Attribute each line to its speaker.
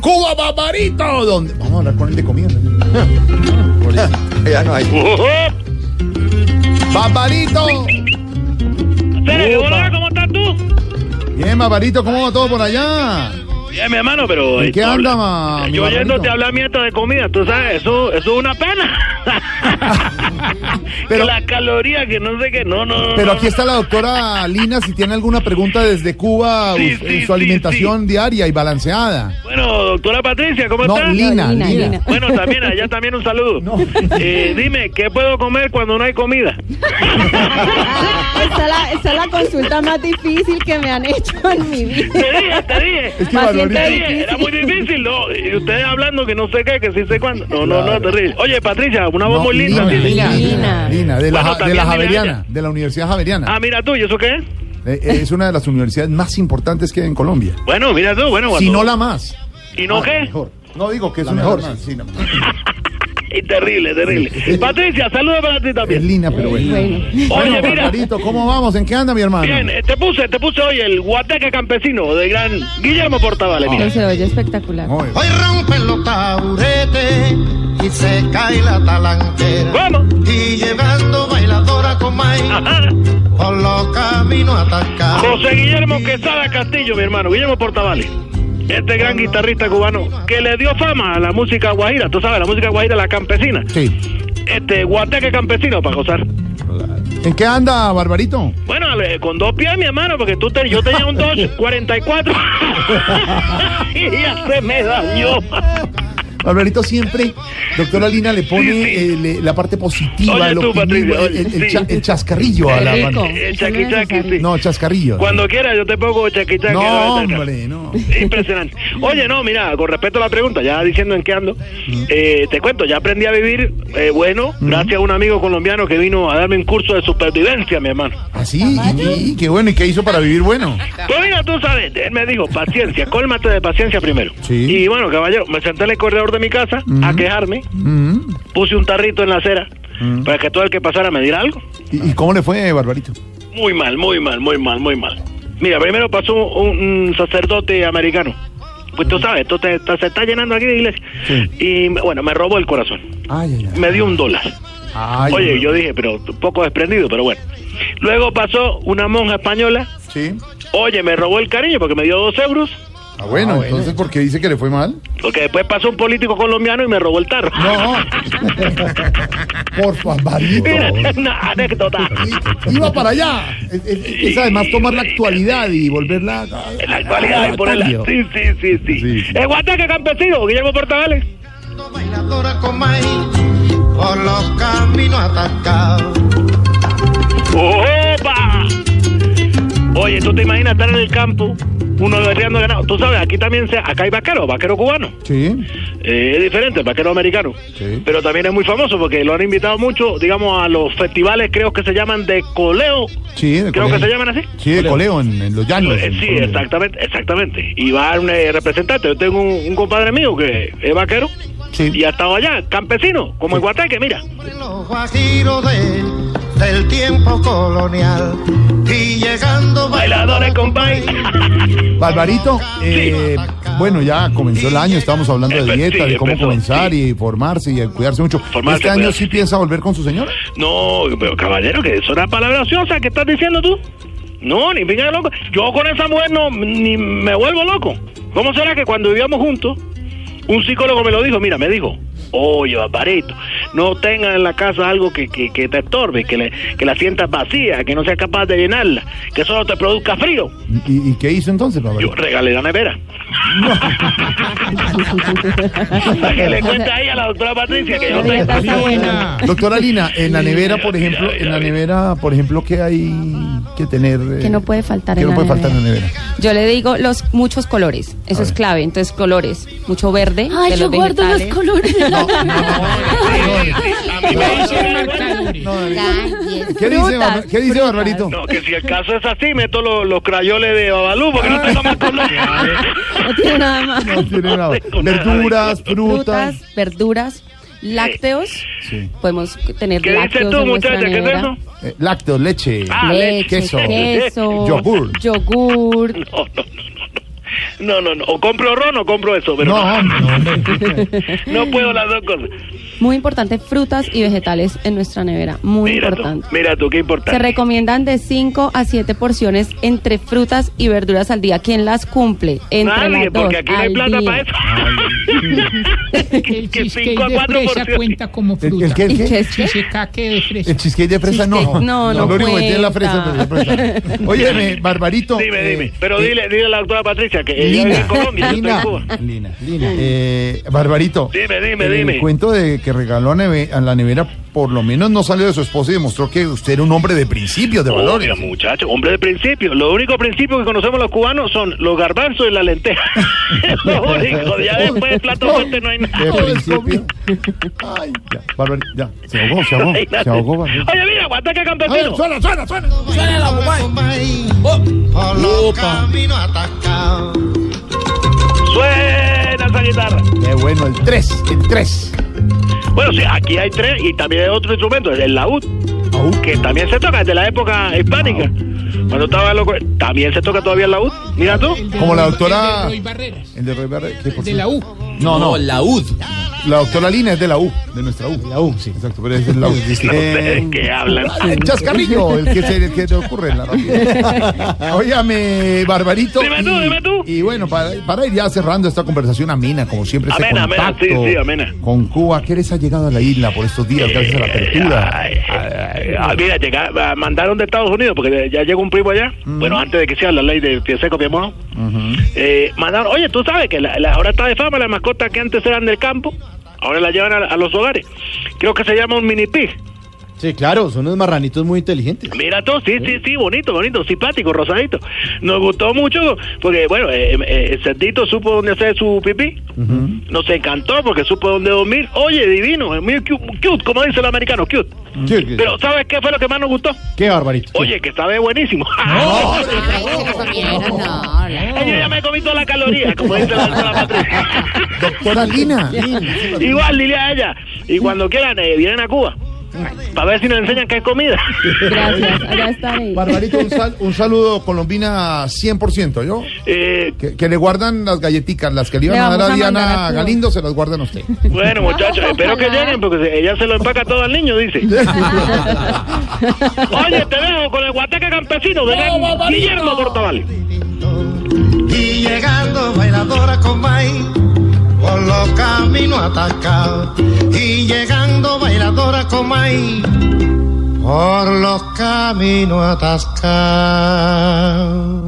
Speaker 1: Cuba, paparito. Donde... Vamos a hablar con él de comida. ya no hay. Paparito.
Speaker 2: Espere, hola, ¿cómo estás tú?
Speaker 1: Bien, paparito, ¿cómo va todo por allá?
Speaker 2: Bien, mi hermano, pero...
Speaker 1: ¿En qué
Speaker 2: esto-
Speaker 1: anda, ma- mi
Speaker 2: Yo oyéndote
Speaker 1: barrito?
Speaker 2: hablar mientras de comida, tú sabes, eso, eso es una pena.
Speaker 1: Pero-
Speaker 2: Pero... Las calorías, que no sé qué, no, no, no,
Speaker 1: Pero
Speaker 2: no.
Speaker 1: aquí está la doctora Lina si tiene alguna pregunta desde Cuba
Speaker 2: Sí,
Speaker 1: us-
Speaker 2: sí,
Speaker 1: en
Speaker 2: sí,
Speaker 1: su alimentación diaria y balanceada.
Speaker 2: Bueno, doctora Patricia, ¿cómo
Speaker 1: No,
Speaker 2: estás?
Speaker 1: Lina,
Speaker 3: Lina,
Speaker 1: Lina.
Speaker 3: Lina.
Speaker 2: Bueno, también, allá también un saludo. Eh, dime, ¿qué puedo comer cuando no hay comida?
Speaker 3: Ah, Esa es, la, esa es la consulta más difícil que me han hecho en mi vida.
Speaker 2: Te dije, te dije.
Speaker 1: Es que
Speaker 3: Paciente
Speaker 2: Te
Speaker 1: Barbarito-
Speaker 2: dije, era muy difícil, ¿no? Y ustedes hablando que no sé qué, que sí sé cuándo. No, no, no, terrible. Oye, Patricia, una voz muy linda.
Speaker 1: Lina,
Speaker 2: sí.
Speaker 1: Lina, Lina,
Speaker 3: Lina.
Speaker 1: Lina, de la, de
Speaker 2: Bueno,
Speaker 1: la
Speaker 2: también, mira,
Speaker 1: Javeriana, de la Universidad Javeriana.
Speaker 2: Ah, mira tú, ¿y eso qué?
Speaker 1: Eh, eh, Es una de las universidades más importantes que hay en Colombia.
Speaker 2: Bueno, mira tú, bueno,
Speaker 1: Si
Speaker 2: cuando-
Speaker 1: no la más.
Speaker 2: ¿Y no
Speaker 1: Ah,
Speaker 2: qué?
Speaker 1: mejor. No digo que es
Speaker 4: La
Speaker 1: una
Speaker 4: mejor,
Speaker 1: de las más,
Speaker 4: sí.
Speaker 1: sí, no.
Speaker 2: Y terrible, terrible. Patricia, saludos para ti
Speaker 1: Es
Speaker 2: también.
Speaker 1: Lina, pero bueno.
Speaker 3: Bueno,
Speaker 1: Bueno,
Speaker 2: Oye, mira.
Speaker 1: Barbarito, ¿cómo vamos? ¿En qué anda mi hermano?
Speaker 2: Bien, eh, te puse, te puse hoy el guateque campesino de gran Guillermo Portavales, mira.
Speaker 3: eso se oye espectacular.
Speaker 1: Muy bien.
Speaker 4: Hoy rompen los tauretes y se cae la talanquera.
Speaker 2: Bueno,
Speaker 4: Y llegando bailadora con maíz
Speaker 1: Ah.
Speaker 2: ajá.
Speaker 4: por los caminos
Speaker 2: Ah.
Speaker 4: atascados.
Speaker 2: José Guillermo Quesada Castillo, mi hermano, Guillermo Portavales. Este gran guitarrista cubano que le dio fama a la música guajira, tú sabes, la música guajira, la campesina.
Speaker 1: Sí.
Speaker 2: Este guateque campesino para gozar.
Speaker 1: ¿En qué anda, Barbarito?
Speaker 2: Bueno, ale- con dos pies, mi hermano, porque tú te, yo tenía un 244 y ya se me dañó.
Speaker 1: Barbarito siempre, doctora Lina le pone
Speaker 2: Sí, sí.
Speaker 1: eh, le- la parte positiva,
Speaker 2: Oye,
Speaker 1: el,
Speaker 2: tú,
Speaker 1: optimismo,
Speaker 2: Patricia, oye,
Speaker 1: el, el
Speaker 2: sí.
Speaker 1: cha- el chascarrillo a la
Speaker 3: Qué rico.
Speaker 1: mano.
Speaker 2: El
Speaker 3: Eso no
Speaker 2: chaqui
Speaker 3: es
Speaker 2: chaqui,
Speaker 3: necesario.
Speaker 2: sí.
Speaker 1: No, chascarrillo.
Speaker 2: Cuando quiera yo te pongo chaqui chaqui.
Speaker 1: no, hombre, no.
Speaker 2: Impresionante. Oye, no, mira, con respecto a la pregunta, ya diciendo en qué ando,
Speaker 1: Mm.
Speaker 2: eh, te cuento, ya aprendí a vivir, eh, bueno, gracias a un amigo colombiano que vino a darme un curso de supervivencia, mi hermano.
Speaker 1: Así, y, y Ah, qué bueno, ¿y qué hizo para vivir bueno?
Speaker 2: Pues mira, tú sabes, él me dijo, paciencia, cólmate de paciencia primero.
Speaker 1: Sí.
Speaker 2: Y bueno, caballero, me senté en el corredor de mi casa a quejarme,
Speaker 1: Mm.
Speaker 2: puse un tarrito en la acera para que todo el que pasara me diera algo.
Speaker 1: ¿Y, y cómo le fue, Barbarito?
Speaker 2: Muy mal, muy mal, muy mal, muy mal. Mira, primero pasó un, un sacerdote americano. Pues tú sabes, esto te- te- se está llenando aquí de iglesia.
Speaker 1: Sí.
Speaker 2: Y bueno, me robó el corazón.
Speaker 1: Ay, ay, ay.
Speaker 2: Me dio un dólar.
Speaker 1: Ay,
Speaker 2: Oye,
Speaker 1: hombre.
Speaker 2: yo dije, pero poco desprendido, pero bueno. Luego pasó una monja española.
Speaker 1: Sí.
Speaker 2: Oye, me robó el cariño porque me dio dos euros.
Speaker 1: Ah, bueno, entonces, ¿por qué dice que le fue mal?
Speaker 2: Porque después pasó un político colombiano y me robó el tarro.
Speaker 1: No. Por favor, Barbarito.
Speaker 2: Mira, una anécdota.
Speaker 1: Iba para allá. Es, es- es además tomar la actualidad y volverla a-
Speaker 2: En la actualidad, y por el...
Speaker 1: cambio.
Speaker 2: Sí, sí, sí, sí.
Speaker 1: Ah, Sí.
Speaker 2: El Guataca Campesino, Guillermo Portavales.
Speaker 4: Llegando bailadora con maíz por los caminos atascados.
Speaker 2: ¡Opa! Oye, ¿tú te imaginas estar en el campo, uno guerreando ganado? Tú sabes, aquí también se, acá hay vaquero, vaquero cubano.
Speaker 1: Sí.
Speaker 2: Eh, es diferente, el vaquero americano.
Speaker 1: Sí.
Speaker 2: Pero también es muy famoso porque lo han invitado mucho, digamos, a los festivales, creo que se llaman de coleo.
Speaker 1: Sí, de
Speaker 2: creo
Speaker 1: coleo.
Speaker 2: que se llaman así.
Speaker 1: Sí, de coleo en, en los llanos.
Speaker 2: Eh,
Speaker 1: en
Speaker 2: sí,
Speaker 1: Colombia.
Speaker 2: exactamente, exactamente. Y va a un eh, representante. Yo tengo un, un compadre mío que es vaquero
Speaker 1: Sí.
Speaker 2: y ha estado allá, campesino, como en Guateque, mira.
Speaker 4: Los guajiros del, del tiempo colonial. Y llegando
Speaker 2: Bailadores, compay.
Speaker 1: Barbarito, eh, bueno, ya comenzó el año, estábamos hablando de
Speaker 2: Empe-
Speaker 1: dieta,
Speaker 2: sí,
Speaker 1: de cómo
Speaker 2: empezó,
Speaker 1: comenzar y formarse y cuidarse mucho.
Speaker 2: Formarse,
Speaker 1: ¿Este año
Speaker 2: cuidarse,
Speaker 1: sí
Speaker 2: sí.
Speaker 1: piensa volver con su señora?
Speaker 2: No, pero caballero, que es una palabra ociosa que estás diciendo tú. No, ni pinga de loco. Yo con esa mujer no, ni me vuelvo loco. ¿Cómo será que cuando vivíamos juntos, un psicólogo me lo dijo? Mira, me dijo, oye, Barbarito, no tengas en la casa algo que, que- que te estorbe, que, le- que la sientas vacía, que no seas capaz de llenarla, que solo te produzca frío.
Speaker 1: ¿Y, y qué hizo entonces,
Speaker 2: Yo
Speaker 1: Barbarito?
Speaker 2: regalé la nevera. Para que le cuente ahí a la doctora Patricia que yo
Speaker 3: La dieta está
Speaker 2: tengo...
Speaker 3: buena.
Speaker 1: Doctora Lina, en la nevera, por ejemplo, en la nevera, por ejemplo, ¿qué hay que tener? eh,
Speaker 3: Que no puede faltar
Speaker 1: ¿Qué
Speaker 3: en
Speaker 1: no
Speaker 3: la
Speaker 1: puede faltar en la
Speaker 3: nevera?
Speaker 1: nevera?
Speaker 5: Yo le digo los muchos colores, eso
Speaker 1: A
Speaker 5: es
Speaker 1: ver.
Speaker 5: clave, entonces colores, mucho verde
Speaker 6: Ay,
Speaker 5: de
Speaker 6: yo
Speaker 5: los
Speaker 6: guardo los
Speaker 5: vegetales.
Speaker 6: colores.
Speaker 1: No, ¿Qué dice,
Speaker 5: Frutas,
Speaker 1: Barba- ¿Qué dice
Speaker 5: frutas.
Speaker 1: Barbarito?
Speaker 2: No, que si el caso es así, meto los, los crayoles de Babalú porque no tengo más color.
Speaker 5: No tiene nada más.
Speaker 1: No tiene nada.
Speaker 2: tengo nada de
Speaker 1: Verduras,
Speaker 2: eso.
Speaker 1: frutas.
Speaker 5: Frutas, verduras, lácteos.
Speaker 1: Sí.
Speaker 5: Podemos tener
Speaker 2: ¿Qué
Speaker 5: lácteos
Speaker 2: dices tú,
Speaker 5: en nuestra
Speaker 2: muchacha? ¿Qué es
Speaker 5: nevera.
Speaker 2: eso?
Speaker 1: Eh, lácteos, leche.
Speaker 2: Ah,
Speaker 5: Leche,
Speaker 1: queso.
Speaker 5: queso,
Speaker 1: Yogur.
Speaker 5: yogur,
Speaker 2: No, no, no, no, no. No, no, no. O compro ron o compro eso, pero
Speaker 1: No,
Speaker 2: no,
Speaker 1: hombre, no, hombre.
Speaker 2: no puedo las dos cosas.
Speaker 5: Muy importante, frutas y vegetales en nuestra nevera. Muy
Speaker 2: mira
Speaker 5: importante.
Speaker 2: tú, mira tú, qué importante.
Speaker 5: Se recomiendan de 5 a 7 porciones entre frutas y verduras al día. ¿Quién las cumple? Entre
Speaker 2: Nadie,
Speaker 5: las dos
Speaker 2: porque aquí no hay
Speaker 5: al
Speaker 2: plata
Speaker 5: día.
Speaker 2: para eso. que, que
Speaker 6: El cheesecake
Speaker 2: cinco a
Speaker 6: de
Speaker 2: cuatro
Speaker 6: fresa
Speaker 2: porciones.
Speaker 6: cuenta como
Speaker 1: ¿El,
Speaker 6: fruta.
Speaker 1: el qué?
Speaker 5: ¿Y
Speaker 1: El,
Speaker 5: qué
Speaker 1: qué?
Speaker 5: es
Speaker 6: Cheesecake de fresa.
Speaker 1: el cheesecake de fresa no.
Speaker 5: Cheesecake, no, no
Speaker 1: Lo único que tiene la fresa.
Speaker 5: cuenta.
Speaker 1: pero la fresa. Óyeme, Barbarito.
Speaker 2: Dime,
Speaker 1: eh,
Speaker 2: dime. Pero
Speaker 1: eh,
Speaker 2: dile, dile a la doctora Patricia que ella vive
Speaker 1: Lina,
Speaker 2: en Colombia, yo estoy en
Speaker 1: Lina,
Speaker 2: Cuba.
Speaker 1: Lina, Lina. Eh, Barbarito.
Speaker 2: Dime, dime,
Speaker 1: el
Speaker 2: dime.
Speaker 1: cuento de que regaló a, neve- a la nevera, por lo menos no salió de su esposa y demostró que usted era un hombre de principios, de valores.
Speaker 2: Obvio, muchacho, hombre de principio. Los únicos principios que conocemos los cubanos son los garbanzos y la lenteja. Lo único. Ya después de plato fuerte no hay nada.
Speaker 1: De
Speaker 2: No
Speaker 1: principio. Ay, ya, Barbarito, ya. Se ahogó, se ahogó.
Speaker 2: hay nada.
Speaker 1: Se ahogó, Barbarito.
Speaker 2: Oye, mira, guataca
Speaker 1: A ver,
Speaker 2: campesino.
Speaker 1: suena, suena, suena.
Speaker 4: Por los caminos atascados.
Speaker 2: Suena esa guitarra.
Speaker 1: Qué bueno, el 3, el 3.
Speaker 2: Bueno, sí, aquí hay tres y también hay otro instrumento, el laúd, que también se toca desde la época hispánica. Cuando estaba loco, también se toca todavía el laúd. Mira tú.
Speaker 6: El de
Speaker 1: Como la
Speaker 6: Roy-
Speaker 1: doctora-
Speaker 6: el de Roy Barreras.
Speaker 1: El de Rey Barre- ¿qué, por
Speaker 6: De
Speaker 1: qué?
Speaker 6: la U.
Speaker 1: No, no.
Speaker 7: la UD.
Speaker 1: La doctora Lina es de la U, de nuestra U. La U, sí. Exacto, pero es de la U.
Speaker 2: No
Speaker 1: Eh,
Speaker 2: sé de qué hablan.
Speaker 1: Ah, el chascarrillo, el que, se, el que te ocurre en la radio. Óyame, Barbarito.
Speaker 2: Dime tú,
Speaker 1: y-
Speaker 2: dime tú.
Speaker 1: Y bueno, para, para ir ya cerrando esta conversación amena, como siempre, ese
Speaker 2: Amena, amena,
Speaker 1: contacto
Speaker 2: sí, sí, amena.
Speaker 1: con Cuba. ¿Qué les ha llegado a la isla por estos días gracias a la apertura?
Speaker 2: Eh, Ay, ay, ay, mira, llega- ah, mandaron de Estados Unidos, porque ya llegó un primo allá.
Speaker 1: Mm.
Speaker 2: Bueno, antes de que sea la ley de pie seco, pie mojado. Eh, mandaron, oye, tú sabes que la, la- ahora está de fama las mascotas que antes eran del campo, ahora las llevan a, a los hogares. Creo que se llama un mini pig.
Speaker 8: Sí, claro, son unos marranitos muy inteligentes.
Speaker 2: Mira tú, sí, sí, sí, bonito, bonito, simpático, rosadito. Nos gustó mucho porque, bueno, eh, eh, el cerdito supo dónde hacer su pipí. Nos encantó porque supo dónde dormir. Oye, divino, es muy cute, cute, como dice el americano, cute.
Speaker 8: Sí, que-
Speaker 2: Pero ¿sabes qué fue lo que más nos gustó?
Speaker 8: qué barbarito.
Speaker 2: Oye, que sabe buenísimo. Yo ya me he comido la caloría, como dice la doctora Patricia.
Speaker 1: Doctora Lina. Lina, sí, la-
Speaker 2: Igual, dile a ella. Y cuando quieran, eh, vienen a Cuba. Para ver si nos enseñan qué es comida.
Speaker 5: Gracias, allá estaré.
Speaker 1: Barbarito, un, sal- un saludo colombina 100%, ¿yo?
Speaker 2: Eh,
Speaker 1: Que, que le guardan las galletitas, las que le iban
Speaker 5: Le
Speaker 1: a dar
Speaker 5: vamos
Speaker 1: a
Speaker 5: a mandar
Speaker 1: Diana
Speaker 5: a Cuba.
Speaker 1: Galindo, se las guardan a usted.
Speaker 2: Bueno, muchachos, espero que lleguen porque se- ella se lo empaca todo al niño, dice. Oye, te dejo con el guataca campesino de gran Guillermo Portavales.
Speaker 4: Y llegando bailadora con maíz por los caminos atascados. Y llegando bailadora con maíz por los caminos atascados.